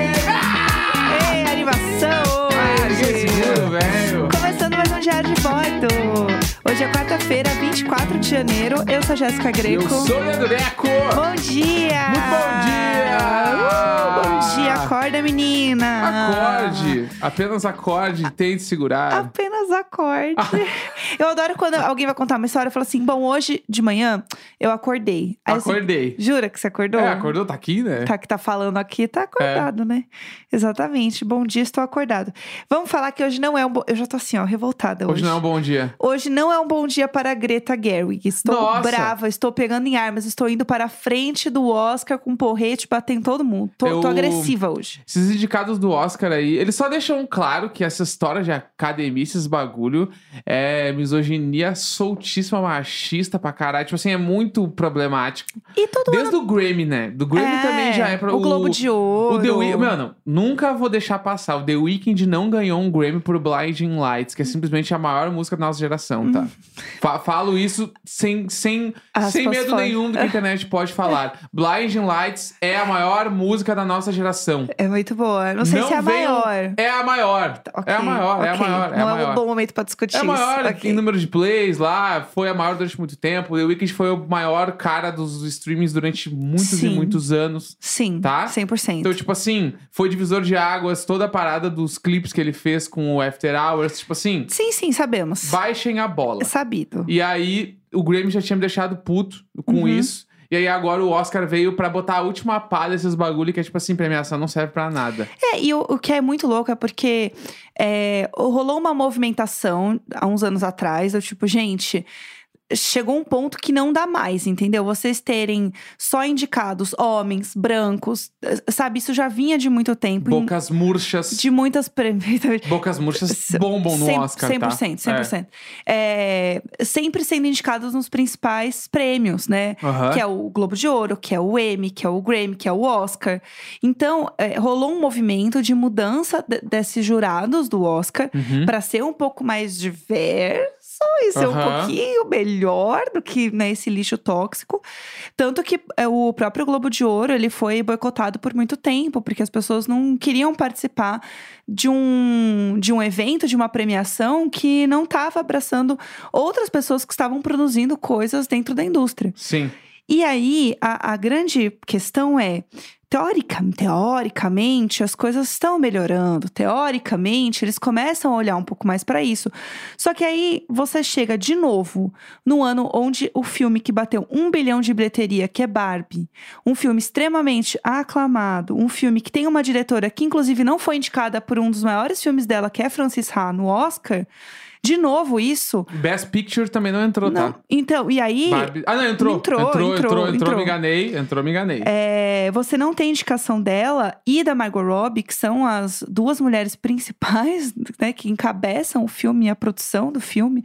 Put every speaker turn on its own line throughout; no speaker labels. um é Quinta-feira, 24 de janeiro. Eu sou a Jéssica
Eu
Greco.
sou o Leandro Neco!
Bom dia!
Muito bom dia!
Uh, bom dia, acorda, menina!
Acorde! Apenas acorde, tente segurar.
Apenas acorde. Eu adoro quando alguém vai contar uma história e fala assim: Bom, hoje de manhã eu acordei. Aí eu assim,
Acordei.
Jura que você acordou?
É, acordou, tá aqui, né?
Tá que tá falando aqui, tá
É.
acordado, né? Exatamente. Bom dia, estou acordado. Vamos falar que hoje não é um bom. Eu já tô assim, ó, revoltada hoje.
Hoje não é um bom dia.
Hoje não é um bom dia para Greta Gerwig. Estou
Nossa.
brava, estou pegando em armas, estou indo para a frente do Oscar com porrete, batendo em todo mundo. Tô, tô
Eu-
agressiva hoje.
Esses indicados do Oscar aí, eles só deixam claro que essa história de academia, esses bagulho, é misoginia soltíssima, machista pra caralho. Tipo assim, é muito problemático.
E todo
Desde o Grammy, né? Do Grammy
É,
também já é pra
O Globo de Ouro.
O The Weeknd, mano, nunca vou deixar passar. O The Weeknd não ganhou um Grammy por Blinding Lights, que é simplesmente a maior música da nossa geração, tá? Fa- falo isso sem, sem,
Aspas
sem medo
fortes.
nenhum do que a internet pode falar. Blinding Lights é a maior música da nossa geração.
É muito boa. Não sei se é a
venham-
maior.
É a maior.
Ok,
é a maior, é a
ok.
maior, é a
Não é um
maior.
bom momento para discutir
É a
isso.
maior
Ok.
em número de plays lá, foi a maior durante muito tempo. O The Weeknd foi o maior cara dos streamings durante muitos
Sim.
e muitos anos.
Sim,
Tá?
100%.
Então, tipo assim, foi divisor de águas toda a parada dos clipes que ele fez com o After Hours. Tipo assim,
Sim, sim, sabemos.
baixem a bola.
É sabido.
E aí, o Grammy já tinha me deixado puto com
Uhum.
isso. E aí, agora o Oscar veio pra botar a última palha desses bagulho que é tipo assim, premiação não serve pra nada.
É, e o, o que é muito louco é porque é, rolou uma movimentação há uns anos atrás, eu tipo, gente. Chegou um ponto que não dá mais, entendeu? Vocês terem só indicados homens, brancos, eh, sabe? Isso já vinha de muito tempo. em-
Bocas murchas.
de muitas. pre-
Bocas murchas bombam no
100%,
Oscar, tá?
100%, 100%. É, sempre sendo indicados nos principais prêmios, né?
É. Aham.
que é o Globo de Ouro, que é o Emmy, que é o Grammy, que é o Oscar. Então, eh, rolou um movimento de mudança de- desses jurados do Oscar
Uhum.
para ser um pouco mais diverso e ser um
Aham.
pouquinho melhor do que né, esse lixo tóxico. Tanto que eh, o próprio Globo de Ouro ele foi boicotado por muito tempo, porque as pessoas não queriam participar de um, de um evento, de uma premiação que não estava abraçando outras pessoas que estavam produzindo coisas dentro da indústria.
Sim.
E aí, a, a grande questão é. Teórica, teoricamente, as coisas estão melhorando. Teoricamente, eles começam a olhar um pouco mais para isso. Só que aí você chega de novo no ano onde o filme que bateu um bilhão de bilheteria, que é Barbie, um filme extremamente aclamado, um filme que tem uma diretora que, inclusive, não foi indicada por um dos maiores filmes dela, que é Francis Ha, no Oscar. De novo, isso.
Best Picture também não entrou,
Não-
tá?
então, e aí.
Barbie- Ah, não, entrou.
Entrou,
entrou,
entrou,
entrou,
entrou.
me enganei. Entrou, me enganei.
É, você não tem indicação dela e da Margot Robbie, que são as duas mulheres principais, né, que encabeçam o filme e a produção do filme.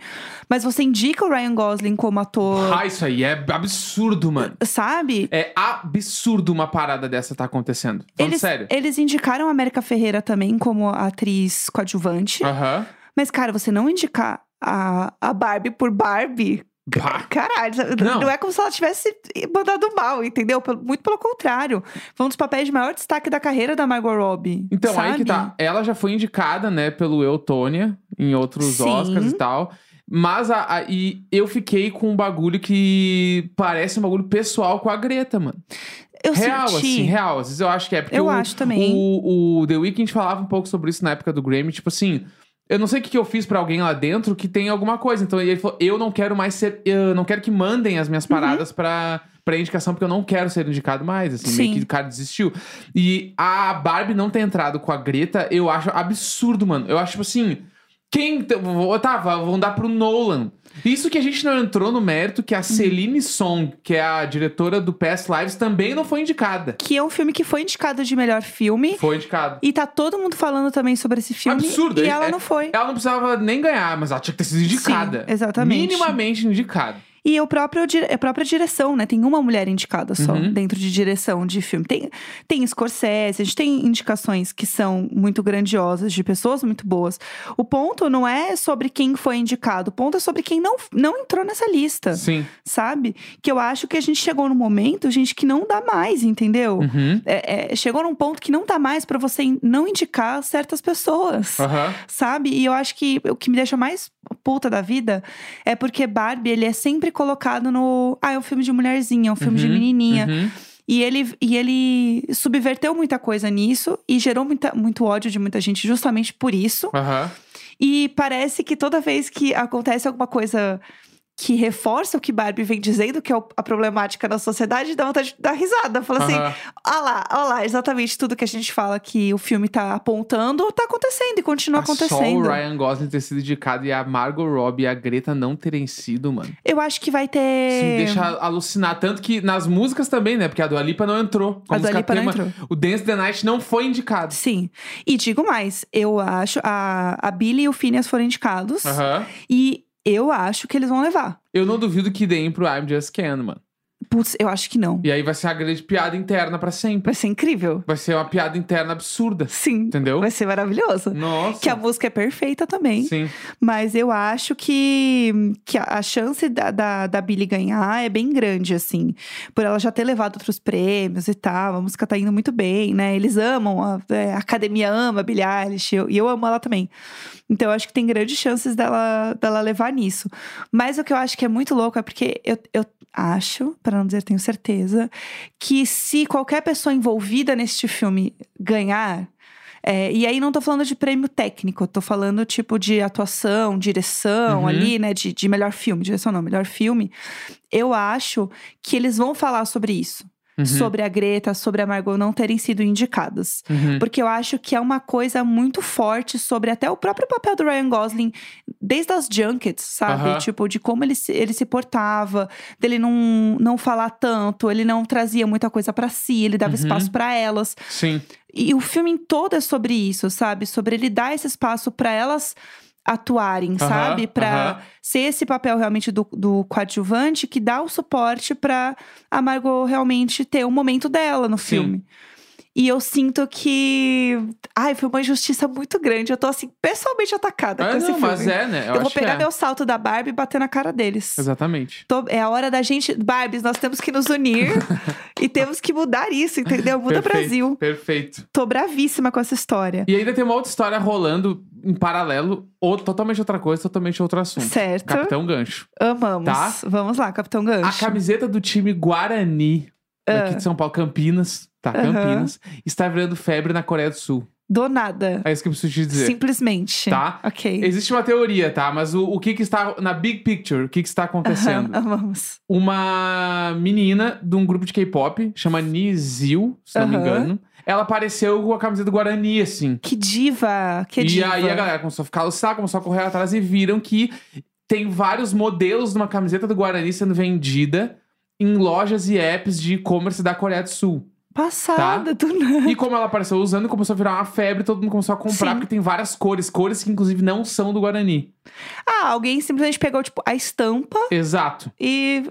Mas você indica o Ryan Gosling como ator,
Ah, isso aí é absurdo, mano.
sabe?
É absurdo uma parada dessa tá acontecendo. Falando
Eles,
sério.
eles indicaram a América Ferreira também como atriz coadjuvante.
Aham.
Mas, cara, você não indicar a, a Barbie por Barbie,
Bah.
Caralho, sabe? não.
Não.
é como se ela tivesse mandado mal, entendeu? Pelo- Muito pelo contrário. Foi um dos papéis de maior destaque da carreira da Margot Robbie.
Então,
sabe?
aí que tá. Ela já foi indicada, né, pelo Eutônia em outros
Sim.
Oscars e tal. Mas a, a- e eu fiquei com um bagulho que parece um bagulho pessoal com a Greta, mano.
Eu
real,
senti.
assim, real. Às vezes eu acho que é. Porque
Eu
o,
acho também.
O, o The Weeknd falava um pouco sobre isso na época do Grammy. Tipo assim, eu não sei o que, que eu fiz pra alguém lá dentro que tem alguma coisa. Então ele falou, eu não quero mais ser... Eu não quero que mandem as
Uhum.
minhas paradas pra... Pra indicação, porque eu não quero ser indicado mais, assim, meio
Sim.
que o cara desistiu. E a Barbie não ter entrado com a Greta, eu acho absurdo, mano. Eu acho, tipo assim, quem. t- vou- Tá, vá- vão dar pro Nolan. Isso que a gente não entrou no mérito, que a
Uhum.
Celine Song, que é a diretora do Past Lives, também não foi indicada.
Que é um filme que foi indicado de melhor filme.
Foi indicada.
E tá todo mundo falando também sobre esse filme.
Absurdo,
E
é-
ela
é-
não foi.
Ela não precisava nem ganhar, mas ela tinha que ter sido indicada.
Sim, exatamente.
Minimamente indicada.
E o próprio, di- a própria direção, né? Tem uma mulher indicada só
Uhum.
dentro de direção de filme. Tem, tem Scorsese, a gente tem indicações que são muito grandiosas, de pessoas muito boas. O ponto não é sobre quem foi indicado, o ponto é sobre quem não, não entrou nessa lista,
Sim.
sabe? Que eu acho que a gente chegou num momento, gente, que não dá mais, entendeu?
Uhum.
É- é, chegou num ponto que não dá mais pra você in- não indicar certas pessoas
Aham.
sabe? E eu acho que o que me deixa mais puta da vida é porque Barbie, ele é sempre colocado no. Ah, é um filme de mulherzinha, é um filme de
Uhum,
menininha.
Uhum.
E, ele, e ele subverteu muita coisa nisso e gerou muita, muito ódio de muita gente justamente por isso.
Aham.
E parece que toda vez que acontece alguma coisa. Que reforça o que Barbie vem dizendo, que é o- a problemática da sociedade, dá vontade de dar risada. Fala assim:
aham.
ah lá, ah lá, exatamente tudo que a gente fala que o filme tá apontando, tá acontecendo e continua
Ah, Só o
acontecendo.
Ryan Gosling ter sido indicado e a Margot Robbie e a Greta não terem sido, mano.
Eu acho que vai ter.
Isso me deixa alucinar. Tanto que nas músicas também, né? Porque a Dua Lipa não entrou. Como
a Dua
música
Lipa não
tema,
entrou.
O Dance the Night não foi indicado.
Sim. E digo mais, eu acho. A, a Billy e o Phineas foram indicados.
Aham.
E eu acho que eles vão levar.
Eu não duvido que deem pro I'm Just Ken, mano.
Putz, eu acho que não.
E aí vai ser a grande piada interna pra sempre.
Vai ser incrível.
Vai ser uma piada interna absurda.
Sim.
Entendeu?
Vai ser maravilhoso.
Nossa.
Que a música é perfeita também.
Sim.
Mas eu acho que, que a- a chance da, da, da Billy ganhar é bem grande, assim. Por ela já ter levado outros prêmios e tal. A música tá indo muito bem, né? Eles amam, a, é, a academia ama a Billie Eilish. eu- E eu, amo ela também. Então eu acho que tem grandes chances dela, dela levar nisso. Mas o que eu acho que é muito louco é porque eu, eu acho, para não dizer tenho certeza, que se qualquer pessoa envolvida neste filme ganhar. É, e aí não tô falando de prêmio técnico, eu tô falando tipo de atuação, direção
Uhum.
ali, né? De, de melhor filme, direção não, melhor filme. Eu acho que eles vão falar sobre isso.
Uhum.
Sobre a Greta, sobre a Margot não terem sido indicadas.
Uhum.
Porque eu acho que é uma coisa muito forte sobre até o próprio papel do Ryan Gosling, desde as junkets, sabe?
Aham.
Tipo, de como ele se, ele se portava, dele não, não falar tanto, ele não trazia muita coisa pra si, ele dava
Uhum.
espaço pra elas.
Sim.
E o filme em todo é sobre isso, sabe? Sobre ele dar esse espaço pra elas atuarem,
Aham,
sabe? Pra
aham.
ser esse papel realmente do, do coadjuvante que dá o suporte pra a Margot realmente ter o momento dela no
Sim.
filme. E eu sinto que. Ai, foi uma injustiça muito grande. Eu tô, assim, pessoalmente atacada
Ah,
com esse
não,
filme.
mas é, né? Eu,
eu vou
acho que
pegar
é.
meu salto da Barbie e bater na cara deles.
Exatamente.
Tô- é a hora da gente. Barbies, nós temos que nos unir e temos que mudar isso, entendeu? Muda o
Perfeito,
Brasil.
Perfeito.
Tô bravíssima com essa história.
E ainda tem uma outra história rolando em paralelo, ou totalmente outra coisa, totalmente outro assunto.
Certo.
Capitão Gancho.
Amamos.
Tá?
Vamos lá, Capitão Gancho. Ah.
A camiseta do time Guarani, daqui de São Paulo, Campinas, tá?
Aham.
Campinas, está virando febre na Coreia do Sul.
Do nada.
É isso que eu preciso te dizer.
Simplesmente.
Tá?
Ok.
Existe uma teoria, tá? Mas o, o que que está na big picture, o que que está acontecendo?
Aham, Amamos.
Uma menina de um grupo de K-pop, chama Nizil, se não me
Aham.
engano. Ela apareceu com a camiseta do Guarani, assim.
Que diva. Que
e
diva.
aí a galera começou a ficar alucinada, começou a correr atrás e viram que tem vários modelos de uma camiseta do Guarani sendo vendida em lojas e apps de e-commerce da Coreia do Sul.
Passada
tá?
do nada.
E como ela apareceu usando, começou a virar uma febre, todo mundo começou a comprar,
Sim.
porque tem várias cores, cores que inclusive não são do Guarani.
Ah, alguém simplesmente pegou, tipo, a estampa
Exato.
e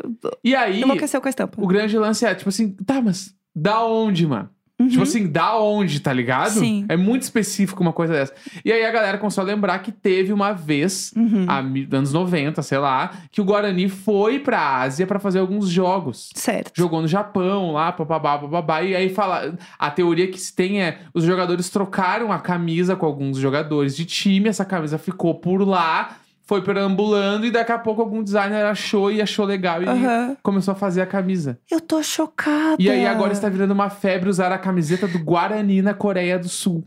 E aí,
enlouqueceu com a estampa.
o grande lance é, tipo assim, tá, mas da onde, mano? Tipo
Uhum.
assim, da onde, tá ligado?
Sim.
É muito específico uma coisa dessa. E aí a galera começou a lembrar que teve uma vez
Uhum.
a mi- anos 90, sei lá, que o Guarani foi pra Ásia pra fazer alguns jogos.
Certo.
Jogou no Japão, lá, papabá, papabá. E aí fala. A teoria que se tem é: os jogadores trocaram a camisa com alguns jogadores de time, essa camisa ficou por lá, foi perambulando, e daqui a pouco algum designer achou e achou legal e
Aham.
começou a fazer a camisa.
Eu tô chocada.
E aí agora tá- está virando uma febre usar a camiseta do Guarani na Coreia do Sul.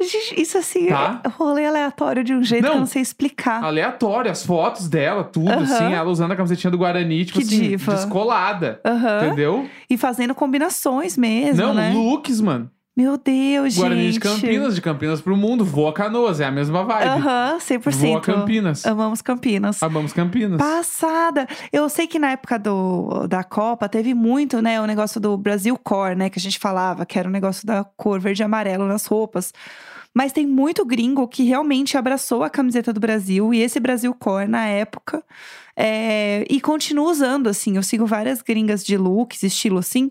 Gente, Isso assim,
Tá?
é rolê aleatório de um jeito que eu
Não. Ah,
não sei explicar.
Aleatório, as fotos dela, tudo,
Ah. Aham.
assim, ela usando a camisetinha do Guarani, tipo
Que
assim,
diva.
descolada.
Aham.
Entendeu?
E fazendo combinações mesmo,
não,
né?
looks, mano.
Meu Deus,
Guarani
gente.
de Campinas, de Campinas pro mundo. Voa Canoas, é a mesma vibe.
Aham, 100%.
Voa Campinas.
Amamos Campinas.
Amamos Campinas.
Passada! Eu sei que na época do, da Copa teve muito, né, o negócio do Brasil Core, né, que a gente falava, que era o negócio da cor verde e amarelo nas roupas. Mas tem muito gringo que realmente abraçou a camiseta do Brasil e esse Brasil Core na época. é, e continua usando, assim. Eu sigo várias gringas de looks, estilo assim.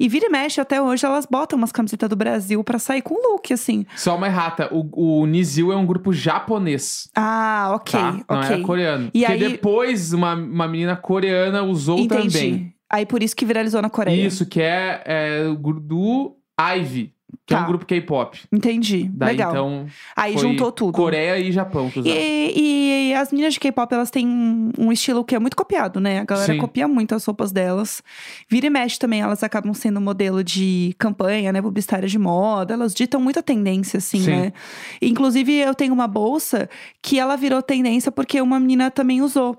E vira e mexe até hoje, elas botam umas camisetas do Brasil pra sair com look, assim.
Só uma errata. O, o Nizil é um grupo japonês.
Ah, ok,
tá?
ok.
Não era coreano.
E
Porque
aí-
depois uma, uma menina coreana usou
Entendi.
também.
Aí por isso que viralizou na Coreia.
Isso, que é, é o gru- do Ivy, que é
Tá.
um grupo K-pop.
Entendi.
Daí
Legal.
então.
Aí
foi
juntou tudo.
Coreia e Japão, que usaram.
E, e as meninas de K-pop, elas têm um um estilo que é muito copiado, né? A galera
Sim.
copia muito as roupas delas. Vira e mexe também, elas acabam sendo modelo de campanha, né? Publicitária de moda. Elas ditam muita tendência, assim,
Sim.
né? Inclusive, eu tenho uma bolsa que ela virou tendência porque uma menina também usou.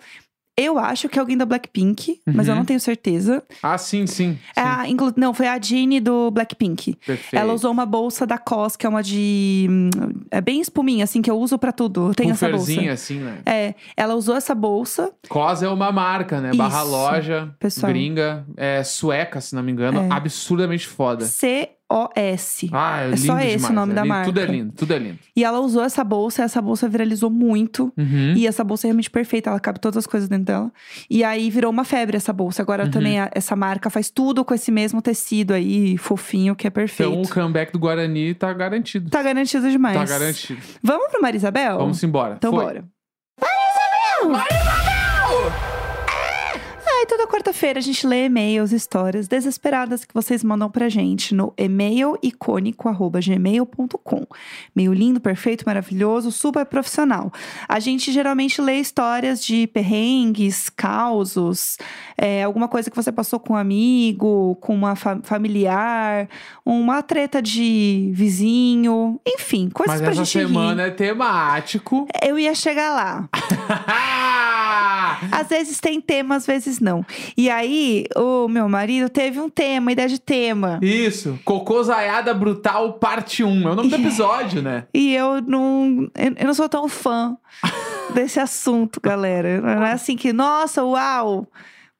Eu acho que é alguém da Blackpink, mas eu
Uhum.
não tenho certeza.
Ah, sim, sim. sim.
É a- inclu- não, foi a Jeanne do Blackpink.
Perfeito.
Ela usou uma bolsa da COS, que é uma de. hum, É bem espuminha, assim, que eu uso pra tudo. Eu tenho essa bolsa.
Pufferzinho, assim, né?
É, ela usou essa bolsa.
COS é uma marca, né? Barra
Isso,
loja,
pessoal.
gringa, é sueca, se não me engano.
É.
Absurdamente foda.
COS.
Ah, é,
É só
lindo
esse
demais,
o nome
é
da
lindo. Tudo é
marca.
lindo, tudo é lindo.
E ela usou essa bolsa, e essa bolsa viralizou muito.
Uhum.
E essa bolsa é realmente perfeita, ela cabe todas as coisas dentro dela. E aí virou uma febre essa bolsa. Agora
Uhum.
também a- essa marca faz tudo com esse mesmo tecido aí, fofinho, que é perfeito.
Então o comeback do Guarani tá garantido.
Tá garantido demais.
Tá garantido.
Vamos pro Marisabel?
Vamos embora.
Então
Foi.
bora. Aí toda quarta-feira a gente lê e-mails, histórias desesperadas que vocês mandam pra gente no e-mailicônico.gmail.com. Meio lindo, perfeito, maravilhoso, super profissional. A gente geralmente lê histórias de perrengues, causos, é, alguma coisa que você passou com um amigo, com uma fa- familiar, uma treta de vizinho, enfim, coisas
Mas
pra
essa
gente rir.
semana é temático.
Eu ia chegar lá. Às vezes tem tema, às vezes não. E aí, o meu marido teve um tema, ideia de tema.
Isso, Cocô Zaiada Brutal Parte 1. É o nome do episódio, né?
E eu não. Eu eu não sou tão fã desse assunto, galera. Não é assim que, nossa, uau!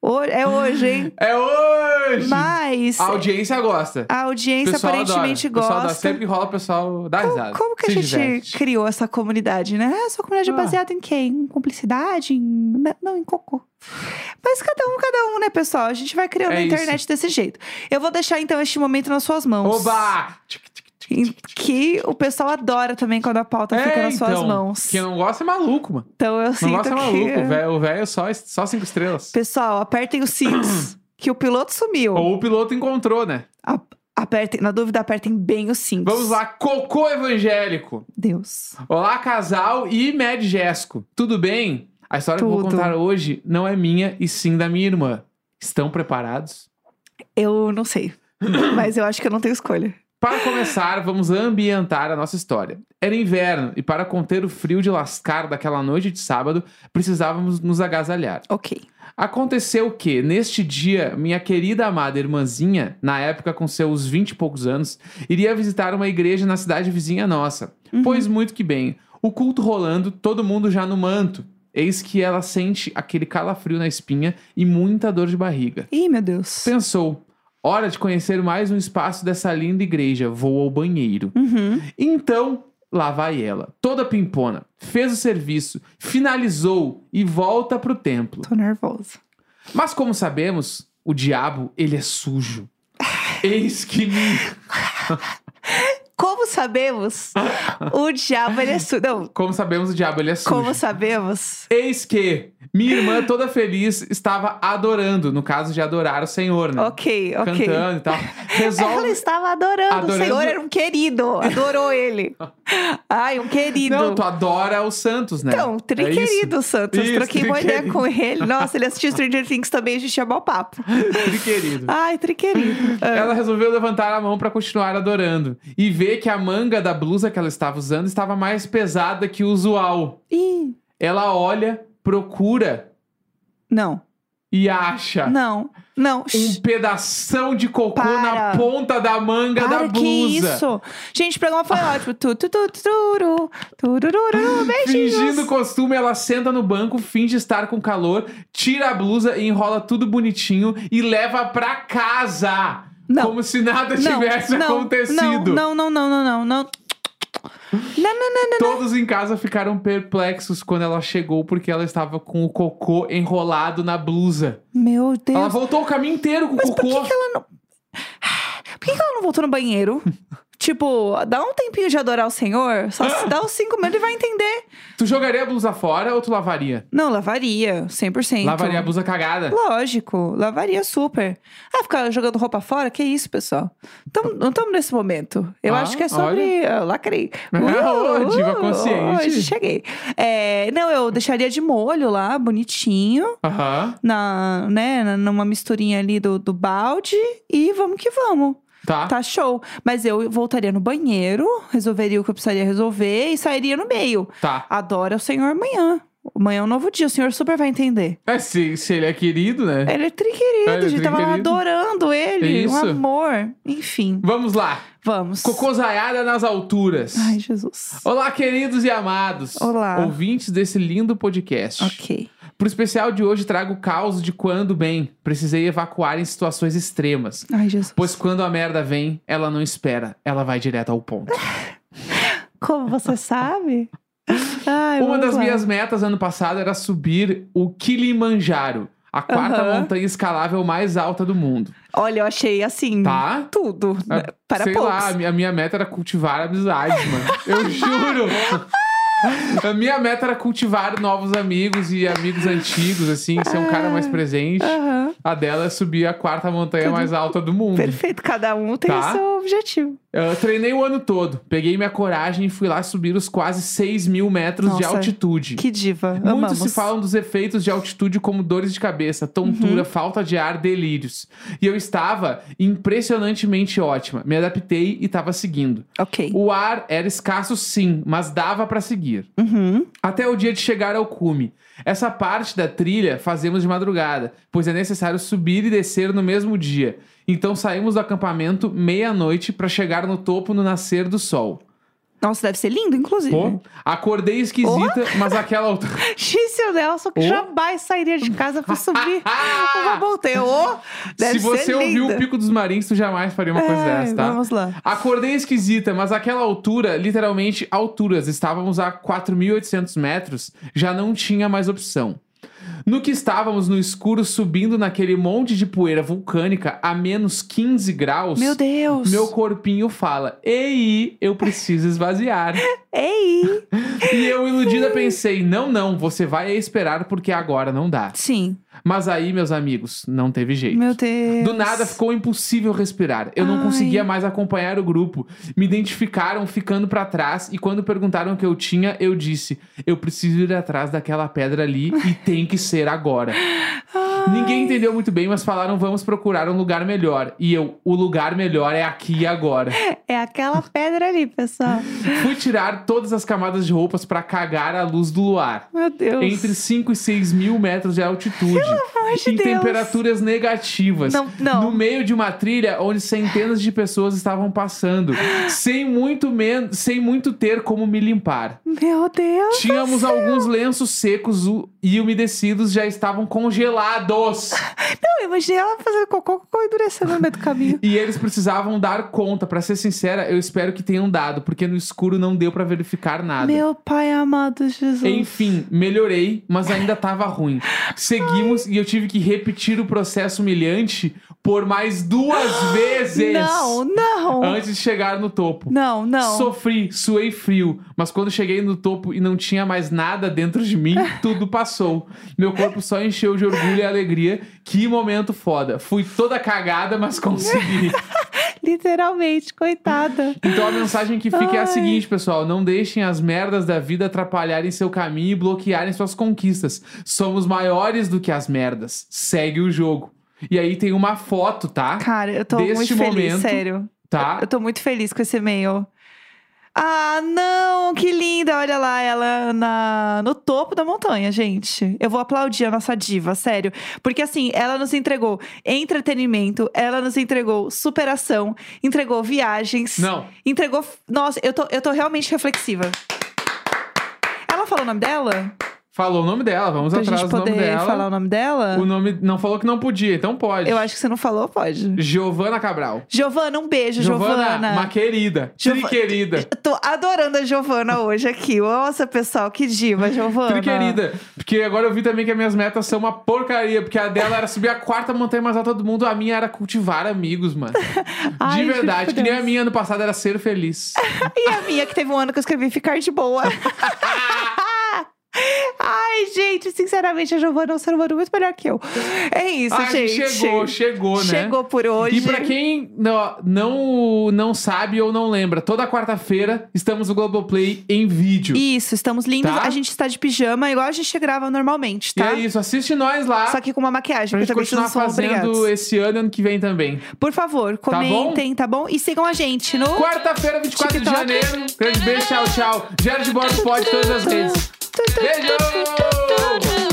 ho- É hoje, hein?
É hoje!
Mas
A audiência gosta.
a audiência
pessoal
aparentemente
adora. Pessoal adora.
gosta.
Sempre que rola, o pessoal dá risada.
Como que a
se
gente
diverte.
criou essa comunidade, né? Ah, Essa comunidade é
Ah.
baseada em quê? Em cumplicidade? Em... Não, em cocô. Mas cada um, cada um, né, pessoal? A gente vai criando
É
a internet desse jeito. Eu vou deixar, então, este momento nas suas mãos.
Oba! Tic, tic, tic,
Em
tic, tic.
Que o pessoal adora também quando a pauta fica
É,
nas suas
então,
mãos.
Quem não gosta é maluco, mano.
Então eu
Não
sinto
gosta é maluco.
que...
O velho- O velho só, só cinco estrelas.
Pessoal, apertem os cintos, que o piloto sumiu.
Ou o piloto encontrou, né?
Apertem, na dúvida, apertem bem os cintos.
Vamos lá, Cocô Evangélico.
Deus.
Olá, casal e Mad Jéssico. Tudo bem? A história que eu vou
Tudo.
contar hoje não é minha e sim da minha irmã. Estão preparados?
Eu não sei. Mas eu acho que eu não tenho escolha.
Para começar, vamos ambientar a nossa história. Era inverno e para conter o frio de lascar daquela noite de sábado, precisávamos nos agasalhar.
Ok.
Aconteceu que, neste dia, minha querida amada irmãzinha, na época com seus vinte e poucos anos, iria visitar uma igreja na cidade vizinha nossa. Pois muito que bem, o culto rolando, todo mundo já no manto. Eis que ela sente aquele calafrio na espinha e muita dor de barriga.
Ih, meu Deus.
Pensou, hora de conhecer mais um espaço dessa linda igreja, vou ao banheiro.
Uhum.
Então, lá vai ela, toda pimpona, fez o serviço, finalizou e volta pro templo.
Tô nervosa.
Mas como sabemos, o diabo, ele é sujo. Eis que me...
Como sabemos, o diabo ele é sujo. Não,
Como sabemos, o diabo, ele é sujo.
como sabemos.
Eis que minha irmã, toda feliz, estava adorando, no caso de adorar o Senhor, né?
Ok, ok.
Cantando e tal.
Ela é
Resolve...
estava adorando. O
Adorando-
Senhor era um querido. Adorou ele. Ai, um querido.
Não, tu adora os santos, né?
Então, tri
É isso.
querido, Santos.
Isso,
Troquei uma ideia
triquerido.
com ele. Nossa, ele assistiu Stranger Things também, a gente tinha mau papo.
Tri é querido.
Ai, tri querido. Ah,
Hum. Ela resolveu levantar a mão pra continuar adorando e ver que a manga da blusa que ela estava usando estava mais pesada que o usual.
Ih,
Ela olha, procura
não,
e acha.
não, não.
Ah. um
Shh,
pedação de cocô
Para.
na ponta da manga da
Para,
blusa.
que isso? Gente, o programa foi ótimo. Tu, tu, tu, tururu, turururu, beijinhos.
Fingindo costume, ela senta no banco, finge estar com calor, tira a blusa e enrola tudo bonitinho e leva pra casa.
Não.
Como se nada
não,
tivesse
não,
acontecido.
Não, não, não, não, não, não. Não, não, não, não.
Todos em casa ficaram perplexos quando ela chegou, porque ela estava com o cocô enrolado na blusa.
Meu Deus.
Ela voltou o caminho inteiro com
Mas
o
por
cocô.
que, que ela não. Por que, que ela não voltou no banheiro? tipo, dá um tempinho de adorar o Senhor, só se dá os cinco minutos e vai entender.
Tu jogaria a blusa fora ou tu lavaria?
Não, lavaria, 100%.
Lavaria a blusa cagada.
Lógico, lavaria super. Ah, ficar jogando roupa fora? Que isso, pessoal? Tamo, não estamos nesse momento. Eu
Ah,
acho que é sobre. ah, lacrei.
Ô, diva consciente.
Hoje cheguei. É, não, eu deixaria de molho lá, bonitinho.
Aham.
Na, né, na- numa misturinha ali do, do balde. E vamos que vamos.
Tá.
Tá show. Mas eu voltaria no banheiro, resolveria o que eu precisaria resolver e sairia no meio.
Tá.
Adora o senhor amanhã. Amanhã é um novo dia, o senhor super vai entender.
É, se, se ele é querido, né?
Ele é triquerido,
É, ele é
a gente tava lá
triquerido. É
adorando ele, um
Isso.
amor. Enfim,
Vamos lá.
vamos.
Cocôzaiada nas alturas.
Ai, Jesus.
Olá, queridos e amados.
Olá.
Ouvintes desse lindo podcast.
Ok.
Pro especial de hoje trago o caos de quando bem precisei evacuar em situações extremas.
Ai, Jesus.
Pois quando a merda vem, ela não espera, ela vai direto ao ponto.
Como você sabe? Ai,
Uma
vamos
das
lá.
minhas metas ano passado era subir o Kilimanjaro, a quarta
Aham.
montanha escalável mais alta do mundo.
Olha, eu achei assim.
Tá?
Tudo. né?
Ah,
Para
Sei
poucos.
lá, a minha, a minha meta era cultivar amizades, mano. Eu juro. A minha meta era cultivar novos amigos e amigos antigos, assim, ser um cara mais presente.
Aham.
A dela é subir a quarta montanha mais alta do mundo.
Perfeito, cada um tem o
Tá.
seu objetivo.
Eu treinei o ano todo, peguei minha coragem e fui lá subir os quase 6 mil metros de
Nossa,
altitude.
Que diva.
Muitos
Amamos.
se falam dos efeitos de altitude como dores de cabeça, tontura,
Uhum.
falta de ar, delírios. E eu estava impressionantemente ótima. Me adaptei e estava seguindo.
Ok.
O ar era escasso, sim, mas dava para seguir.
Uhum.
Até o dia de chegar ao cume. Essa parte da trilha fazemos de madrugada, pois é necessário subir e descer no mesmo dia. Então saímos do acampamento meia-noite para chegar no topo no nascer do sol.
Nossa, deve ser lindo, inclusive.
Pô, acordei esquisita, mas aquela altura.
Xício Nelson, que
Oh.
jamais sairia de casa pra subir
Ah!
uma montanha. Oh, deve
Se você
ser
ouviu
linda. É,
o Pico dos Marins, tu jamais faria uma coisa
Ai,
dessa, tá?
Vamos lá.
Acordei é esquisita, mas aquela altura, literalmente alturas, estávamos a 4.800 metros, já não tinha mais opção. No que estávamos no escuro subindo naquele monte de poeira vulcânica a menos 15 graus,
Meu Deus.
meu corpinho fala: Ei, eu preciso esvaziar.
Ei.
e eu, iludida, pensei: Não, não, você vai esperar porque agora não dá.
Sim.
Mas aí, meus amigos, não teve jeito.
Meu Deus.
Do nada ficou impossível respirar. Eu não
Ai.
conseguia mais acompanhar o grupo. Me identificaram ficando pra trás e quando perguntaram o que eu tinha, eu disse: "Eu preciso ir atrás daquela pedra ali e tem que ser agora". Ninguém entendeu muito bem, mas falaram: "Vamos procurar um lugar melhor". E eu: "O lugar melhor é aqui e agora".
É aquela pedra ali, pessoal.
Fui tirar todas as camadas de roupas pra cagar à luz do luar.
Meu Deus.
Entre 5 e 6 mil metros de altitude.
Pelo amor de
em
Deus.
temperaturas negativas.
Não, não.
No meio de uma trilha onde centenas de pessoas estavam passando, sem muito men sem muito ter como me limpar.
Meu Deus.
Tínhamos alguns lenços secos u- e umedecidos já estavam congelados.
Não, imaginei ela fazendo cocô, cocô endurecendo no meio do caminho.
e eles precisavam dar conta. Pra ser sincera, eu espero que tenham dado, porque no escuro não deu pra verificar nada.
Meu pai amado Jesus.
Enfim, melhorei, mas ainda tava ruim. Seguimos e eu tive que repetir o processo humilhante por mais duas vezes.
Não, não.
Antes de chegar no topo.
Não, não.
Sofri, suei frio, mas quando cheguei no topo e não tinha mais nada dentro de mim, tudo passou. Meu corpo só encheu de orgulho e alegria. Que momento foda. Fui toda cagada, mas consegui.
Literalmente, coitada.
Então a mensagem que fica é a
Ai.
seguinte, pessoal: não deixem as merdas da vida atrapalharem seu caminho e bloquearem suas conquistas. Somos maiores do que as merdas. Segue o jogo. E aí tem uma foto, tá?
Cara, eu tô
Deste
muito feliz,
momento-
sério.
Tá?
Eu tô muito feliz com esse e-mail. Ah, não, que linda! Olha lá, ela na, no topo da montanha, gente. Eu vou aplaudir a nossa diva, sério. Porque assim, ela nos entregou entretenimento, ela nos entregou superação, entregou viagens,
Não.
entregou. Nossa, eu tô, eu tô realmente reflexiva. Ela falou o nome dela?
Falou o nome dela, vamos
pra
atrás
gente
do nome
poder
dela.
falar o nome dela?
O nome não falou que não podia, então pode.
Eu acho que você não falou, pode.
Giovana Cabral.
Giovana, um beijo, Giovana.
uma querida.
Giova-
Triquerida.
Eu Tô adorando a Giovana hoje aqui. Nossa, pessoal, que diva, Giovana.
Triquerida. Porque agora eu vi também que as minhas metas são uma porcaria. Porque a dela era subir a quarta montanha mais alta do mundo. A minha era cultivar amigos, mano.
Ai,
de
juro
verdade.
por
Que nem a
Deus.
minha ano passado era ser feliz.
E a minha, que teve um ano que eu escrevi Ficar de Boa. Ai, gente, sinceramente, a Giovana é um ser humano muito melhor que eu. É isso,
Ah,
gente.
chegou, chegou, né?
Chegou por hoje.
E pra quem não, não, não sabe ou não lembra, toda quarta-feira estamos no Globoplay em vídeo.
Isso, estamos lindos.
Tá?
A gente está de pijama, igual a gente grava normalmente,
E
tá?
é isso, assiste nós lá.
Só que com uma maquiagem,
Pra
porque
gente
também
continuar
vocês são
fazendo
obrigados.
esse ano e ano que vem também.
Por favor, comentem, tá bom? E sigam a gente no...
Quarta-feira, 24 de
TikTok.
janeiro. Grande beijo, tchau, tchau. Diário de Bordo pode todas as redes. Beijo!
Beijo!